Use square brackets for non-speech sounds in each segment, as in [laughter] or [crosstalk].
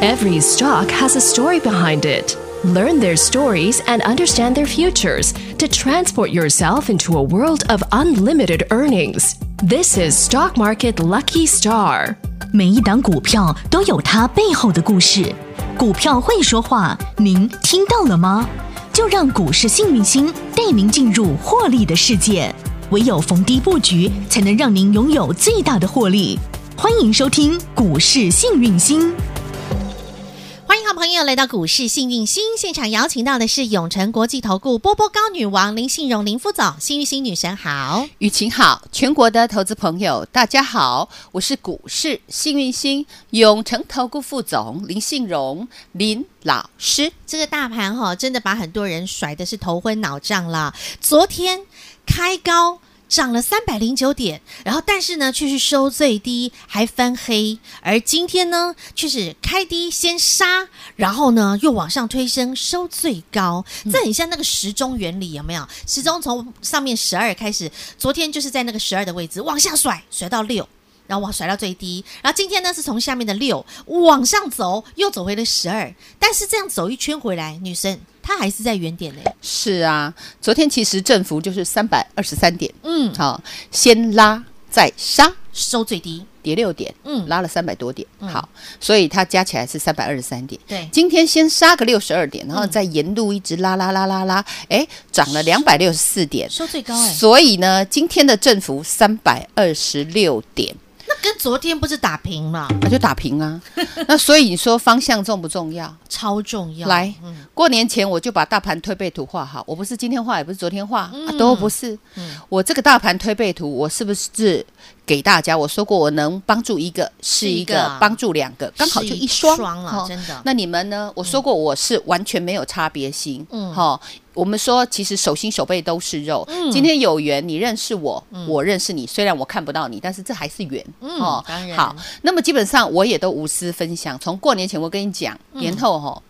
Every stock has a story behind it. Learn their stories and understand their futures to transport yourself into a world of unlimited earnings. This is Stock Market Lucky Star. 每一档股票都有它背后的故事，股票会说话，您听到了吗？就让股市幸运星带您进入获利的世界，唯有逢低布局，才能让您拥有最大的获利。欢迎收听《股市幸运星》。欢迎好朋友来到股市幸运星现场，邀请到的是永诚国际投顾波波高女王林信荣林副总，幸运星女神好。雨晴好，全国的投资朋友大家好，我是股市幸运星永诚投顾副总林信荣林老师。这个大盘哈、真的把很多人甩的是头昏脑胀了。昨天开高。涨了三百零九点，然后但是呢，却是收最低，还翻黑。而今天呢，却是开低先杀，然后呢又往上推升，收最高。这很像那个时钟原理，有没有？时钟从上面十二开始，昨天就是在那个十二的位置往下甩，甩到六。然后往甩到最低，然后今天呢是从下面的六往上走，又走回了十二，但是这样走一圈回来，女生她还是在原点呢、是啊，昨天其实振幅就是三百二十三点，嗯，好、先拉再杀，收最低，跌六点，嗯拉了三百多点，嗯好，所以它加起来是三百二十三点。对今天先杀个六十二点，然后嗯再沿路一直拉拉拉拉拉，哎，涨了两百六十四点，收最高哎、所以呢，今天的振幅三百二十六点，那跟昨天不是打平吗？那就打 [laughs] 平啊。那所以你说方向重不重要？超重要，来嗯，过年前我就把大盘推背图画好，我不是今天画，也不是昨天画，啊嗯都不是。我这个大盘推背图，我是不是给大家？我说过，我能帮助一个是一是一个个，帮助两个，刚好就是一双双了哦真的那你们呢？我说过，我是完全没有差别心。嗯嗯嗯，好，我们说其实手心手背都是肉。今天有缘，你认识我，我认识你，虽然我看不到你，但是这还是缘。嗯当然好，那么基本上我也都无私分享。从过年前我跟你讲，嗯年后哈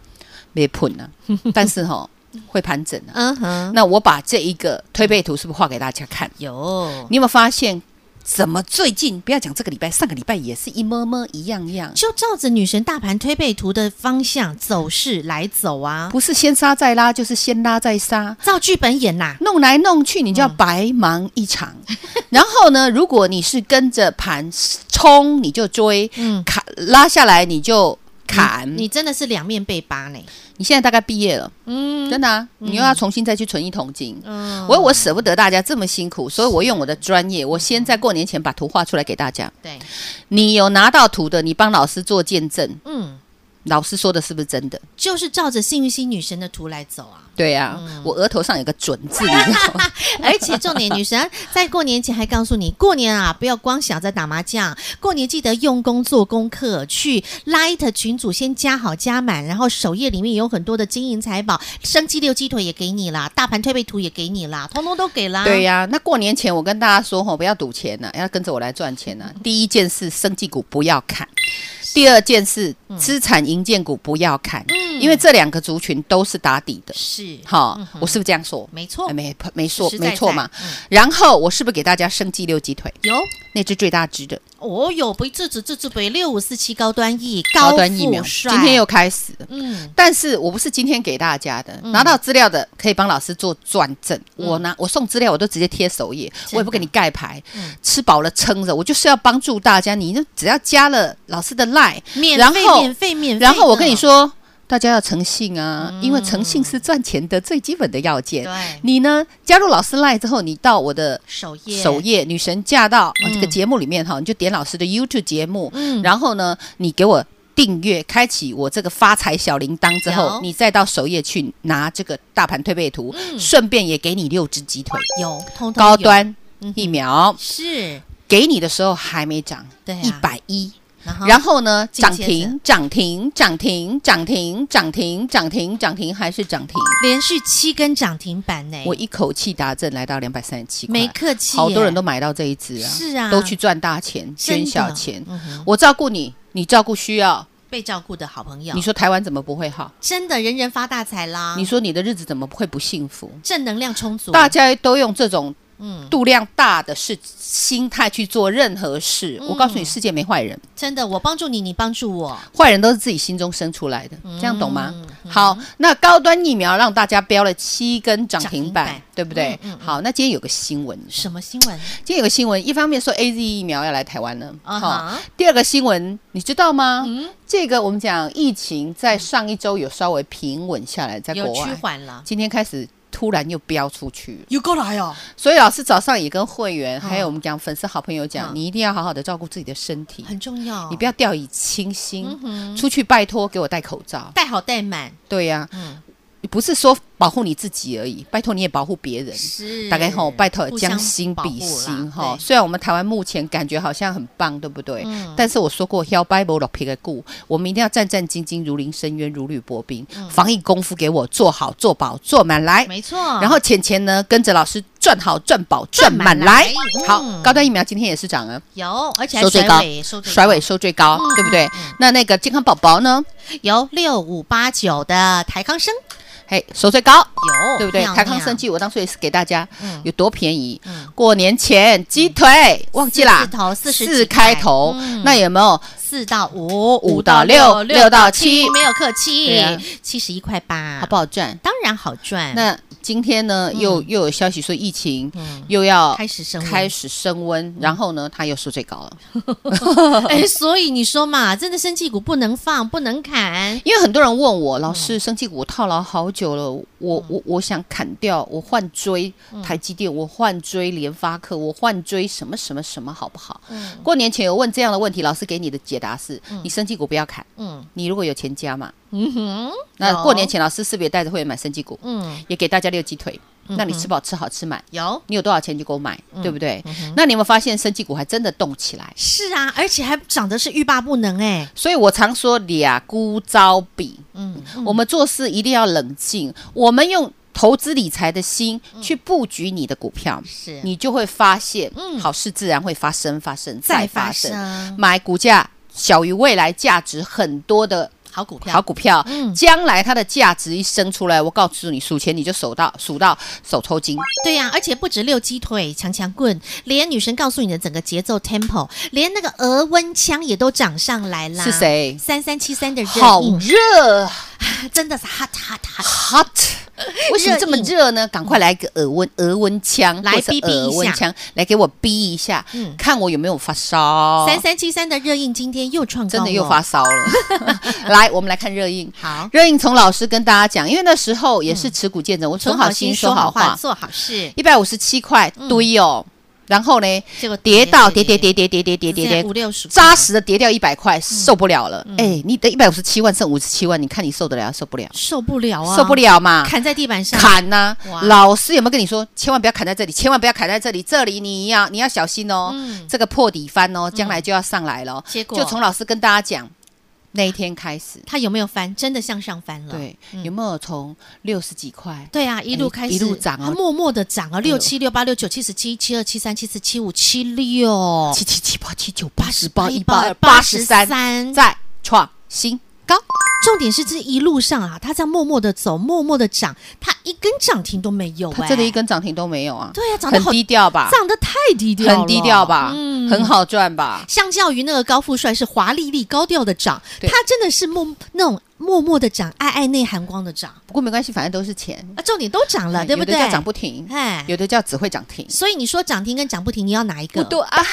没碰 [laughs] 啊，但是哈会盘整啊。嗯哼，那我把这一个推背图是不是画给大家看？有，你有没有发现，怎么最近不要讲这个礼拜，上个礼拜也是一摸摸一样样，就照着女神大盘推背图的方向走势来走啊，不是先杀再拉，就是先拉再杀。照剧本演呐、弄来弄去，你就要嗯白忙一场。 [laughs] 然后呢，如果你是跟着盘冲，你就追，嗯砍拉下来你就砍。你真的是两面被扒呢，你现在大概毕业了，嗯真的、啊，你又要重新再去存一桶金。嗯，我我舍不得大家这么辛苦，所以我用我的专业，我先在过年前把图画出来给大家。对，你有拿到图的，你帮老师做见证，嗯，老师说的是不是真的？就是照着幸运星女神的图来走啊。对啊，我额头上有个准字，你知道吗？ [laughs] 而且重点，女神在过年前还告诉你，过年啊不要光想着打麻将，过年记得用功做功课，去 Light 群组先加好加满，然后首页里面有很多的金银财宝，生鸡六鸡腿也给你啦，大盘推背图也给你啦，通通都给啦。对、呀、那过年前我跟大家说吼，不要赌钱呐、要跟着我来赚钱呐、第一件事，生技股不要砍；第二件事，嗯资产营建股不要砍，因为这两个族群都是打底的。是好、嗯哼我是不是这样说？没错哎，没没说实，实在没错在嘛。嗯然后我是不是给大家生技六鸡腿有那只最大只的哦有不这只这只北六五四七高端 E 高端疫苗？富帅今天又开始了。嗯但是我不是今天给大家的，拿到资料的可以帮老师做转正。嗯我拿我送资料，我都直接贴首页，我也不给你盖牌。嗯吃饱了撑着，我就是要帮助大家。你就只要加了老师的 line，免然费后免费免费，嗯然后我跟你。说。大家要诚信啊，因为诚信是赚钱的最基本的要件。对你呢加入老师 line 之后，你到我的首页，首页《女神驾到》啊这个节目里面嗯哈，你就点老师的 YouTube 节目，然后呢，你给我订阅，开启我这个发财小铃铛之后有，你再到首页去拿这个大盘推背图，顺便也给你六只鸡腿，有，通通有高嗯端疫苗是，给你的时候还没涨，对啊一百一。然后然后呢？紧涨接着停，涨停，涨停，涨停，涨停，涨停，涨停，还是涨停。连续七根涨停板呢、我一口气达阵来到两百三十七块，哎没客气耶、好多人都买到这一只啊，是啊都去赚大钱、真的捐小钱。嗯哼我照顾你，你照顾需要，被照顾的好朋友，你说台湾怎么不会好？真的人人发大财啦！你说你的日子怎么会不幸福？正能量充足，大家都用这种嗯度量大的是心态去做任何事。嗯我告诉你，世界没坏人，真的，我帮助你，你帮助我，坏人都是自己心中生出来的，嗯这样懂吗？好，那高端疫苗让大家标了七根涨停板，涨停板嗯对不对？好，那今天有个新闻，什么新闻？今天有个新闻，一方面说 A Z 疫苗要来台湾了，啊好、哈嗯第二个新闻你知道吗？这个我们讲疫情在上一周有稍微平稳下来，在有国趋外，缓了，今天开始。突然又飙出去了，有过来哦，所以老师早上也跟会员，还有嗯我们讲粉丝好朋友讲，嗯你一定要好好的照顾自己的身体，很嗯重要，你不要掉以轻心，出去拜托给我戴口罩。带好带满，对呀、嗯不是说保护你自己而已，拜托你也保护别人。是大概吼，拜托互相将心保比护啦心哈。对嗯虽然我们台湾目前感觉好像很棒，对不对？但是我说过，要掰不落皮个故，我们一定要战战兢兢，如临深渊，如履薄冰。防疫功夫给我做好、做饱、做满来。嗯没错，然后钱钱呢，跟着老师赚好、赚饱、赚满赚满来来。好嗯，高端疫苗今天也是涨啊，有，而且还收最甩高尾，收最甩高嗯尾收最高，对不对？那那个健康宝宝呢？有六五八九的台康生嘿，收最高。有，对不对？漂台康亮生技，我当初也是给大家哦嗯有多便宜嗯。过年前鸡腿忘记啦，四字头四十几四开头块嗯，那有没有？四到五，五到六六到七没有客气对啊，七十一块八，好不？好赚？当然好赚。那今天呢，又又有消息说疫情嗯又要开始升温哦嗯开始升温，然后呢，它又收最高了。 [laughs] 哎，所以你说嘛，真的生技股不能放，不能砍，因为很多人问我，嗯老师，生技股我套牢好久了，我我我想砍掉，我换追台积电，我换追联发科，我换追什么什么什么，好不好？嗯过年前有问这样的问题，老师给你的解答是：你生技股不要砍，嗯你如果有钱加嘛。嗯哼，那有过年前老师是不是也带着会员买生技股，嗯也给大家六鸡腿？那你吃饱吃好吃满，有你有多少钱就给我买，嗯对不对？那你有没有发现生技股还真的动起来？是啊，而且还长得是欲罢不能哎，所以我常说俩孤招比，嗯我们做事一定要冷静，我们用投资理财的心去布局你的股票，嗯是你就会发现，嗯好事自然会发生，发生再再发发生生，买股价小于未来价值很多的。好股票，好股票嗯，将来它的价值一生出来，我告诉你，数钱你就数到数到手抽筋。对呀、而且不止六鸡腿、强强棍，连女神告诉你的整个节奏 tempo，连那个额温枪也都涨上来啦。是谁三三七三的热好映热啊真的是 hot hot hot， [laughs] ，hot，为什么这么热呢？赶快来一个耳温耳温枪，来或者逼逼一下耳温枪，来给我逼一下，嗯看我有没有发烧。三三七三的热映今天又创高、真的又发。烧了。 [laughs] 来，我们来看热映。好，热映从老师跟大家讲，因为那时候也是持股见证，我存好心说好话，做嗯好事，一百五十七块堆哦。然后呢，结果跌到跌跌跌跌跌跌跌跌跌五，六十，嗯扎实的跌掉一百块，受不了了。哎，你的一百五十七万剩五十七万，你看你受得了受不了？受不了啊，受不，了嘛？砍在地板上，砍呐、哇老师有没有跟你说，千万不要砍在这里，千万不要砍在这里，这里你要你要小心哦，嗯这个破底翻哦，将来就要上来了哦。结果就从老师跟大家讲那一天开始，它有没有翻？真的向上翻了。对，有没有从六十几块？嗯对啊，一路开始一路涨哦它默默的涨啊，呦六七六八六九七十七七二七三七四七五七六七七七八七九八十八一八八二八十三，三再创新高。重点是这一路上啊，它这样默默的走，默默的涨，它一根涨停都没有、哎，它这里一根涨停都没有啊，对呀、啊，涨得很好低调吧？涨得太低调了，嗯很低调吧？很。好赚吧？相较于那个高富帅是华丽丽高调的涨，对它真的是默那种默默的涨，爱爱内含光的涨不过没关系，反正都是钱，啊，重点都涨了，对不哎有的对？叫涨不停，哎，有的叫只会涨停。所以你说涨停跟涨不停，你要哪一个？爱，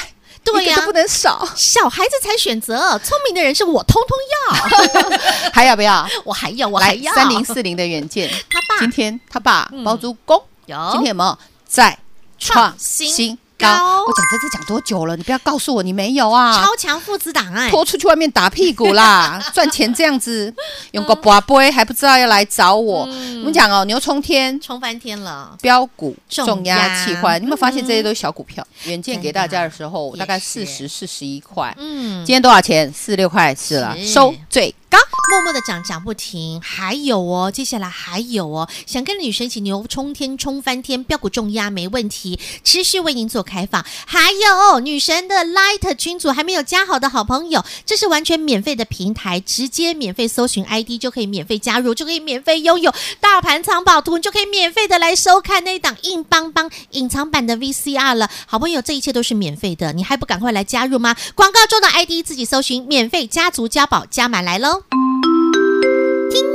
对呀一个都不能少，小孩子才选择，聪明的人是我，通通要， [laughs] [laughs] 还要不要？我还要， [laughs] 我还来要。三零四零的远见，他爸嗯今天他爸包租公，有今天有没有再创新新高高？我讲这次讲多久了？你不要告诉我你没有啊！超强父子档哎案，拖出去外面打屁 [laughs] 股啦！赚钱这样子，用个把杯还不知道要来找我。嗯我们讲哦，牛冲天。冲翻天了，标股重重压压气换，你有没有发现这些都是小股票？远见给大家的时候，真的大概也四是十、四十一块。嗯今天多少钱？四十六块四了，是收最刚默默的讲讲不停，还有哦，接下来还有哦，想跟女神一起牛冲天、冲翻天，标股重压没问题，持续为您做开放。还有哦女神的 Light 群组还没有加好的好朋友，这是完全免费的平台，直接免费搜寻 ID 就可以免费加入，就可以免费拥有大盘藏宝图，你就可以免费的来收看那一档硬邦邦隐藏版的 VCR 了。好朋友，这一切都是免费的，你还不赶快来加入吗？广告中的 ID 自己搜寻，免费加足加宝加满来喽。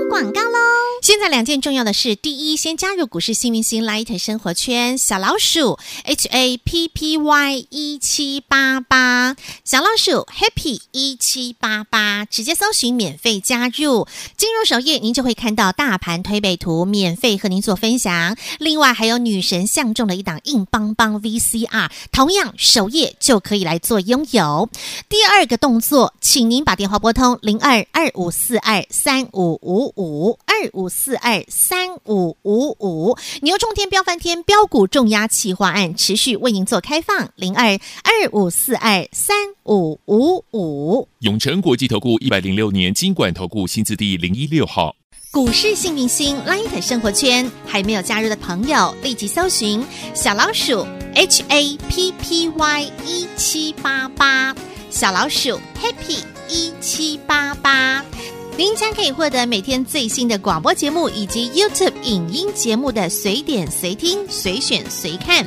广告喽！现在两件重要的事：第一，先加入股市新明星 Light 生活圈，小老鼠 H A P P Y 一七八八，小老鼠 Happy 一七八八，直接搜寻免费加入，进入首页您就会看到大盘推背图，免费和您做分享。另外还有女神相中的一档硬邦邦 VCR，同样首页就可以来做拥有。第二个动作，请您把电话拨通零二二五四二三五五五二五四二三五五五。牛冲天飙翻天，标股重压企划案持续为您做开放，零二二五四二三五五五。永诚国际投顾一百零六年金管投顾新字第零一六号。股市幸运星 Light 生活圈还没有加入的朋友，立即搜寻小老鼠 H A P P Y 一七八八，小老鼠 Happy 一七八八。您将可以获得每天最新的广播节目以及 YouTube 影音节目的随点随听、随选随看。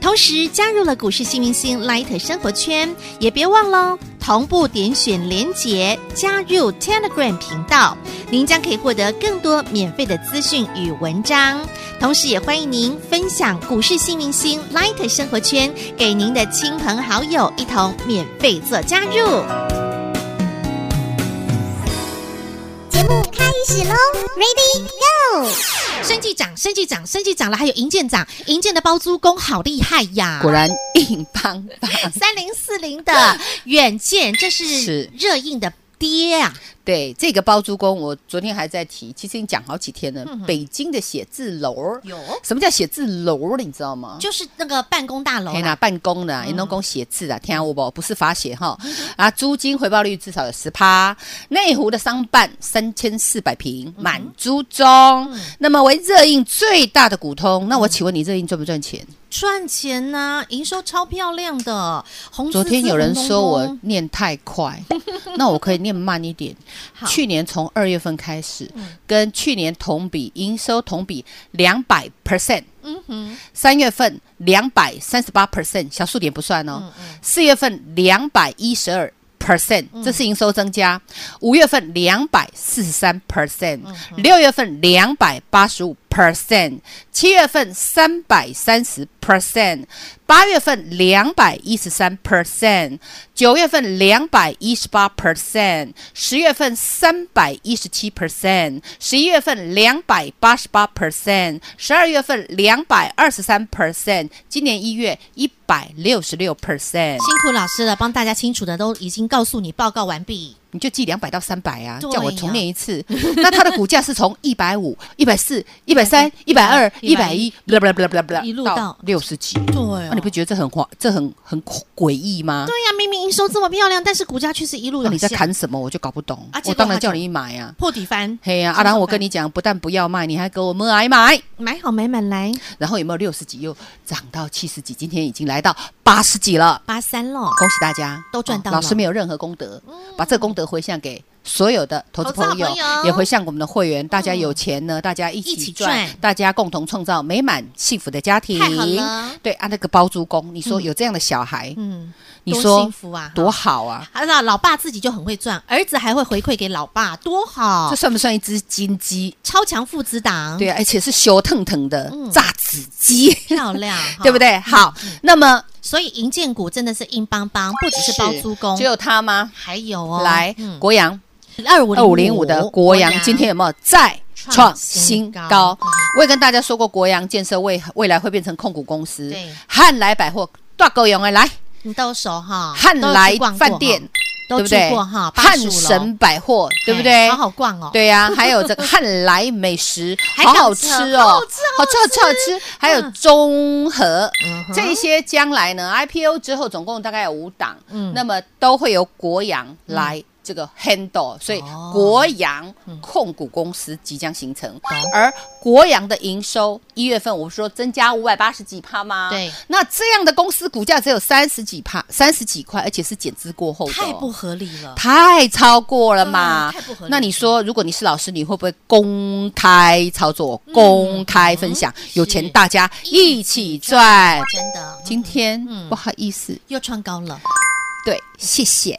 同时加入了股市新明星 Light 生活圈，也别忘喽，同步点选连结加入 Telegram 频道，您将可以获得更多免费的资讯与文章。同时，也欢迎您分享股市新明星 Light 生活圈给您的亲朋好友，一同免费做加入。节目开始喽，Ready Go！生计涨，生计涨，生计涨了，还有银建涨，银建的包租公好厉害呀！果然硬邦邦。 [laughs] 三零四零的远见，这是是嗯热映的爹啊！对这个包租公，我昨天还在提，其实已经讲好几天了。嗯哼北京的写字楼儿，有什么叫写字楼儿？你知道吗？就是那个办公大楼啊可以拿啦，办嗯公的，你弄公写字啊，听我不？不是罚写哈。啊，租金回报率至少有十趴。内湖的商办三千四百嗯平，满租中。那么为热映最大的股东，嗯那我请问你热映赚不赚钱？赚钱呐、营收超漂亮的。红昨丝天丝有人红彤说我彤念太快，那我可以念慢一点 [laughs] 好。嗯去年从二月份开始，跟去年同比营收同比两百 percent，嗯哼，三月份两百三十八 percent，小数点不算嗯哦。四月份两百一十二 percent，这嗯是营收增加。五月份两百四十三 percent，六嗯月份两百八十五 percent，七月份三百三十 percent，八月份两百一十三 percent，九月份两百一十八 percent，十月份三百一十七 percent，十一月份两百八十八 percent，十二月份两百二十三 percent，今年一月一百六十六 percent。辛苦老师了，帮大家清楚的都已经告诉你报告完毕。你就记两百到三百啊，对叫我呀重念一次。那它的股价是从一百五、一百四、一百三、一百二、一百一，不啦不啦不啦不啦，一路到六十几。对、啊那嗯哦你不觉得这很滑，这很很诡异吗？对呀、明明营收这么漂亮，但是股价却啊是一路那往哦你在下砍什么？我就搞不懂啊。结果我当然他就叫你买啊。破底翻。嘿呀，怎么阿兰，我办跟你讲，不但不要卖，你还给我们来买。买好买满来然后有没有六十几又涨到七十几？今天已经来到八十几了。八三喽，恭喜大家都赚到哦老了嗯师没有任何功德，把这个功德回向给所有的投资投资好朋友，朋友嗯也回向我们的会员。大家有钱呢，大家一一起起赚赚，大家共同创造美满幸福的家庭。太好了对啊，那个包租公，你说有这样的小孩，嗯，你多说幸福啊多好啊！啊，那老爸自己就很会赚，儿子还会回馈给老爸，多好这！算不算一只金鸡？超强父子档，对，啊，而且是修腾腾的嗯炸子 [laughs] 鸡，，漂亮 [laughs] 对不对？好，那么哈？所以银建股真的是硬邦邦，不只是包租公，只有他吗？还有哦，来，国阳二五二五零五的国阳，今天有没有再创创新新高高？我也跟大家说过，国阳建设未未来会变成控股公司对，汉来百货、大狗勇哎，来你到手哈，汉都有去来逛过饭哈店，都对不去对过哈？？汉85楼神百货，对不对哎好？好逛哦，，对呀，还有这个汉来美食， [laughs] 还好好敢吃吃哦，好吃好吃好吃，还有中和嗯哼这些，将来呢 IPO 之后总共大概有五档嗯，那么都会由国阳来这个 handle，所以哦国阳嗯控股公司即将形成，而国阳的营收一月份我说增加五百八十几趴吗？对那这样的公司股价只有三十几趴，三十几块，而且是减资过后的哦、太不合理了。太超过了嘛？嗯对太不合理那你说，如果你是老师，你会不会公开操作、公开分嗯享？有钱大家一起赚。真的，今天、嗯不好意思，又创高了，对，谢谢，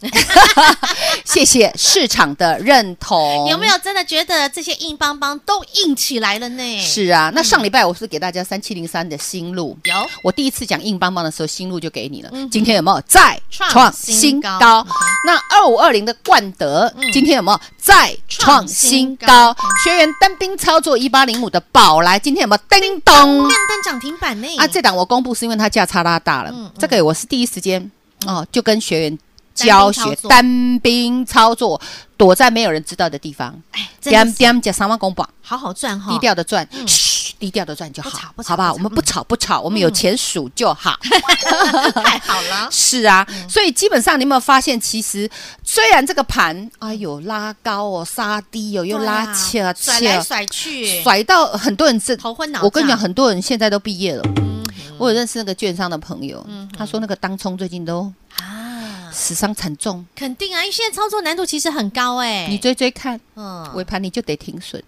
[laughs] 谢谢市场的认同。有没？有真的觉得这些硬邦邦都硬起来了呢？是啊，那上礼拜我是给大家三七零三的新路。有我第一次讲硬邦邦的时候，新路就给你了。今天有没有再创创新新高高？嗯哼那二五二零的冠德，今天有没有再创创新新高高？学员单兵操作一八零五的宝来，今天有没有叮咚？亮灯涨停板呢？啊，这档我公布是因为它价差拉大了，嗯嗯这个我是第一时间哦就跟学员单兵操教作学单兵操作，躲在没有人知道的地方，哎，真点的是点加三万公啊榜。好好赚哈，低调的赚嗯，嘘，低调的赚就不吵好不，吵好不不好？吵嗯我们不吵不吵，我们有钱数就好。 [laughs] 太好了。 [laughs] 是啊，嗯所以基本上你有没有发现，其实虽然这个盘，哎呦拉高哦，杀低哦， [laughs] 又拉起对啊啊，甩起啊来甩去，甩到很多人是头昏脑胀嗯我跟你讲，很多人现在都毕业了。我有认识那个券商的朋友，他说那个当冲最近都啊，死伤惨重，肯定啊，因为现在操作难度其实很高哎。你追追看，嗯尾盘你就得停损，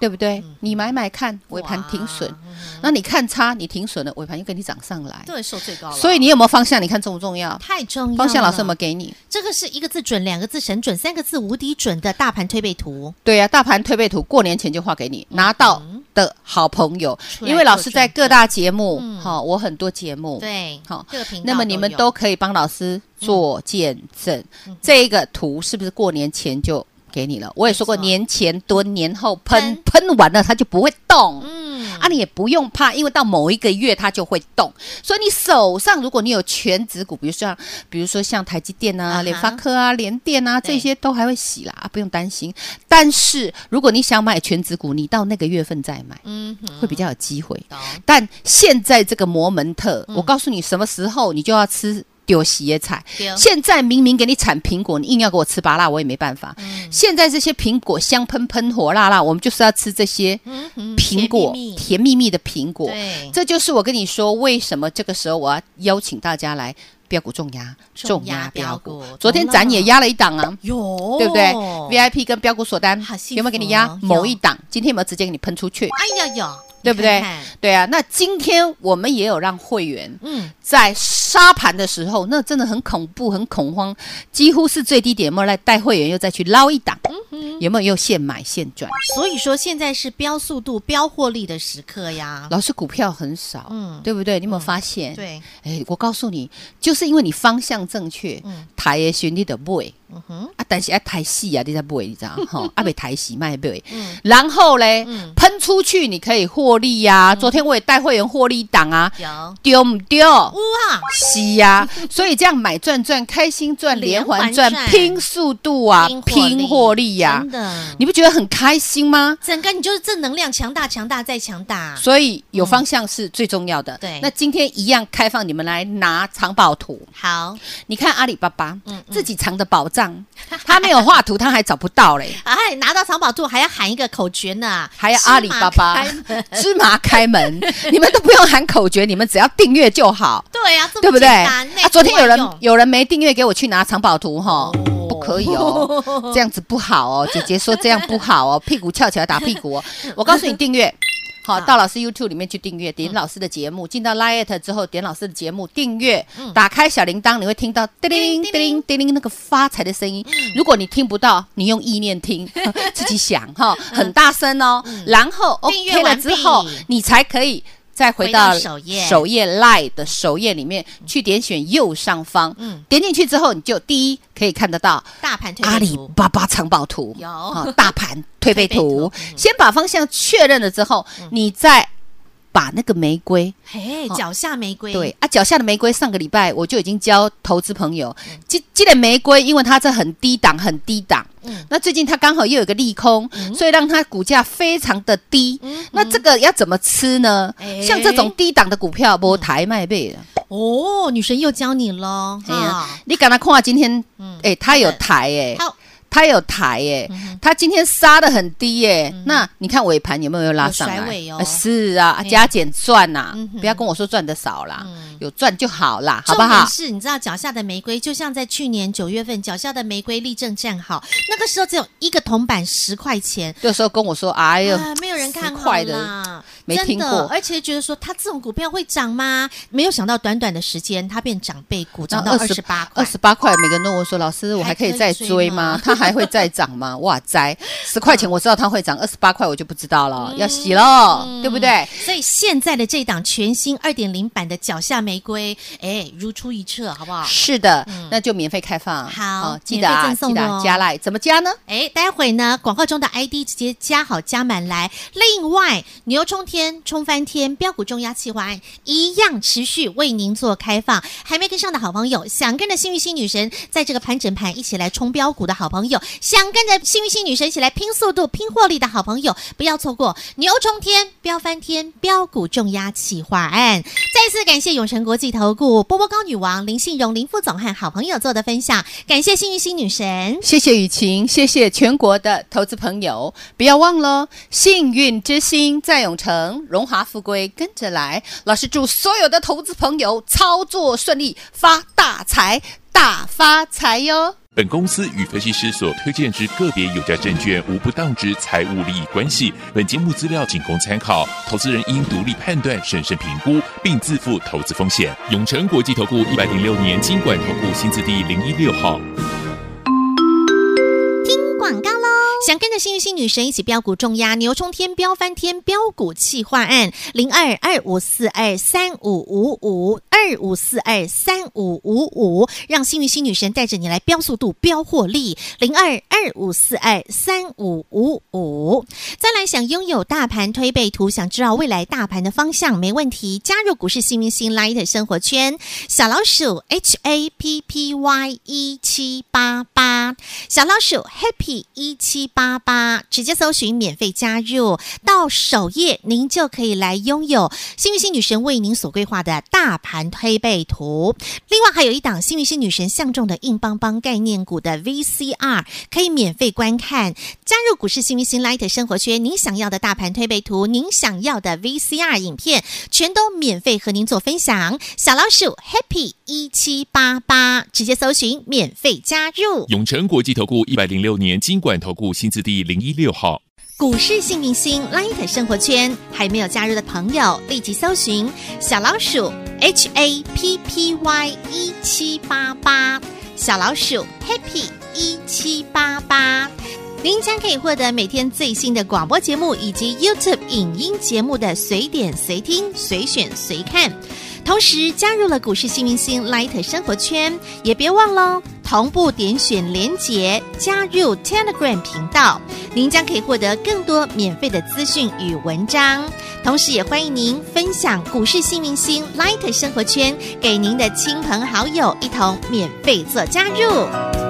对不对？你买买看，尾盘停损啊哇，嗯那你看差，你停损了，尾盘又给你涨上来。对手最高了，所以你有没有方向？你看重不重要？太重要啊了。方向老师有没有给你？这个是一个字准，两个字神准，三个字无敌准的大盘推背图。对呀、啊，大盘推背图过年前就画给你，拿到的好朋友，嗯出来因为老师在各大节目嗯，好、我很多节目，对，哦好各个频道那么你们有嗯都可以帮老师做见证，这个图是不是过年前就给你了？我也说过，没错年前蹲，年后喷，喷完了它就不会动。嗯啊，你也不用怕，因为到某一个月它就会动，所以你手上如果你有全指股，比如像比如说像台积电啊啊、哈联发科啊、联电啊，对这些都还会洗啦，啊，不用担心。但是如果你想买全指股，你到那个月份再买，嗯哼会比较有机会。懂但现在这个摩门特，嗯我告诉你，什么时候你就要吃丢洗野菜。丢现在明明给你产苹果，你硬要给我吃拔辣，我也没办法。嗯现在这些苹果香喷喷、火辣辣，我们就是要吃这些嗯哼苹甜蜜果，蜜甜蜜蜜的苹果。对，这就是我跟你说，为什么这个时候我要邀请大家来标股重压，重压标标股股懂。昨天咱也压了一档啊。有对不对？VIP 跟标股锁单好幸福哦有没有给你压有某一档？今天有没有直接给你喷出去？哎呀呀，对不对你看看对啊，那今天我们也有让会员嗯，在沙盘的时候，那真的很恐怖、很恐慌，几乎是最低点，有没有来带会员又再去捞一档？嗯有没有又现买现赚？所以说现在是标速度、标获利的时刻呀。老师股票很少，嗯对不对？你有没有发现？对，哎，我告诉你，就是因为你方向正确，嗯抬的时候你得买，啊，但是要抬戏啊，你才买，你知道 [laughs] 哈？啊，被抬戏卖买，嗯然后嘞，喷出去你可以获利嗯呀。昨天我也带会员获利档啊，有哇，丢不丢？是呀、所以这样买赚赚，开心赚，连连环环赚赚，拼速度啊，拼获利呀、真的，你不觉得很开心吗？整个你就是正能量，强大、强大再强大。所以有方向是最重要的。对那今天一样开放你们来拿藏宝图。好，你看阿里巴巴，自己藏的宝藏， [laughs] 他没有画图，他还找不到嘞。哎，拿到藏宝兔还要喊一个口诀呢，还有阿里巴巴芝麻开门 [laughs] 芝麻开门，你们都不用喊口诀，你们只要订阅就好。对呀、啊，这么对不对？简单内啊，昨天有人外用有人没订阅给我去拿藏宝图哈，不可以哦， [laughs] 这样子不好哦。姐姐说这样不好哦，屁股翘起来打屁股哦。我告诉你，订阅。好，到老师 YouTube 里面去订阅，点嗯老师的节目，进到 Lite 之后，点老师的节目订阅，嗯打开小铃铛，你会听到叮铃叮铃叮铃那个发财的声音。嗯如果你听不到，你用意念 [laughs] 听，自己想哈，很大声哦。然后嗯订阅 OK 了完毕之后，你才可以再回到回到首页首页 Lie 的首页里面去点选右上方，嗯点进去之后，你就第一可以看得到大盘推阿背里图巴巴藏宝图，有啊大盘推 [laughs] 背推背图嗯图，先把方向确认了之后，你再把那个玫瑰。嘿，好脚下玫瑰，对，啊，脚下的玫瑰上个礼拜我就已经教投资朋友，嗯这这个玫瑰因为它这很低档，很低档。嗯那最近它刚好又有一个利空，所以让它股价非常的低。嗯那这个要怎么吃呢？哎像这种低档的股嗯票，不台卖背的。哦，女神又教你喽，哎呀哈，你敢他看今天？哎，它有台哎，嗯还有嗯它有抬耶、它今天杀的很低耶、那你看尾盘有没有拉上来？有甩尾哦嗯呃是啊，加减赚呐、不要跟我说赚的少啦，有赚就好啦，好不重点好？是，你知道脚下的玫瑰，就像在去年九月份，脚下的玫瑰立正站好，那个时候只有一个铜板十块钱。有时候跟我说，哎呦，啊，没有人看好快的，啦，没听过真的而且觉得说它这种股票会涨吗？没有想到短短的时间，它变长辈股，涨到二十八块二。十八块，每个人都问我说：“老师，我还可以再追吗？它还会再涨吗？”哇塞，十块钱我知道它会涨，二十八块我就不知道嗯了，要洗喽，对不对？所以现在的这档全新二点零版的脚下玫瑰，哎，如出一辙，好不好？是的，那就免费开放，啊嗯好记得啊，免费赠送记的得哦啊加赖，怎么加呢？哎，待会呢，广告中的 ID 直接加好加满来。另外，牛冲天、冲翻天、标股重压企划案一样持续为您做开放。还没跟上的好朋友，想跟着幸运星女神在这个盘整盘一起来冲标股的好朋友，想跟着幸运星女神一起来拼速度、拼获利的好朋友，不要错过牛冲天、标翻天、标股重压企划案。再次感谢永诚国际投顾波波高女王林信荣林副总和好朋友做的分享，感谢幸运星女神。谢谢雨晴，谢谢全国的投资朋友，不要忘了，幸运之星在永城，荣华富贵跟着来。老师祝所有的投资朋友操作顺利，发大财，大发财哟！本公司与分析师所推荐之个别有价证券无不当之财务利益关系。本节目资料仅供参考，投资人应独立判断、审慎评估，并自负投资风险。永诚国际投顾一百零六年经管投顾新字第零一六号。广告喽！想跟着幸运星女神一起标股重压，牛冲天、飙翻天、标股气化案，零二二五四二三五五五二五四二三五五五，让幸运星女神带着你来飙速度、飙获利，零二二五四二三五五五。再来，想拥有大盘推背图，想知道未来大盘的方向，没问题，加入股市幸运星 Light 生活圈，小老鼠 H A P P Y 一七八八，小老鼠 Happy 一七八八，直接搜寻免费加入，到首页您就可以来拥有幸运星女神为您所规划的大盘推背图。另外还有一档幸运星女神相中的硬邦邦概念股的 VCR，可以免费观看。加入股市幸运星 Light 生活圈，您想要的大盘推背图，您想要的 VCR 影片，全都免费和您做分享。小老鼠 Happy 一七八八，直接搜寻免费加入。永诚国际投顾一百零六年经管投顾新字第零一六号。股市幸运星 Light 生活圈还没有加入的朋友，立即搜寻小老鼠 H A P P Y 一七八八，小老鼠 Happy 一七八八。您将可以获得每天最新的广播节目以及 YouTube 影音节目的随点随听、随选随看。同时加入了股市幸运星 Light 生活圈，也别忘了同步点选连结加入 Telegram 频道，您将可以获得更多免费的资讯与文章。同时，也欢迎您分享股市幸运星 Light 生活圈给您的亲朋好友，一同免费做加入。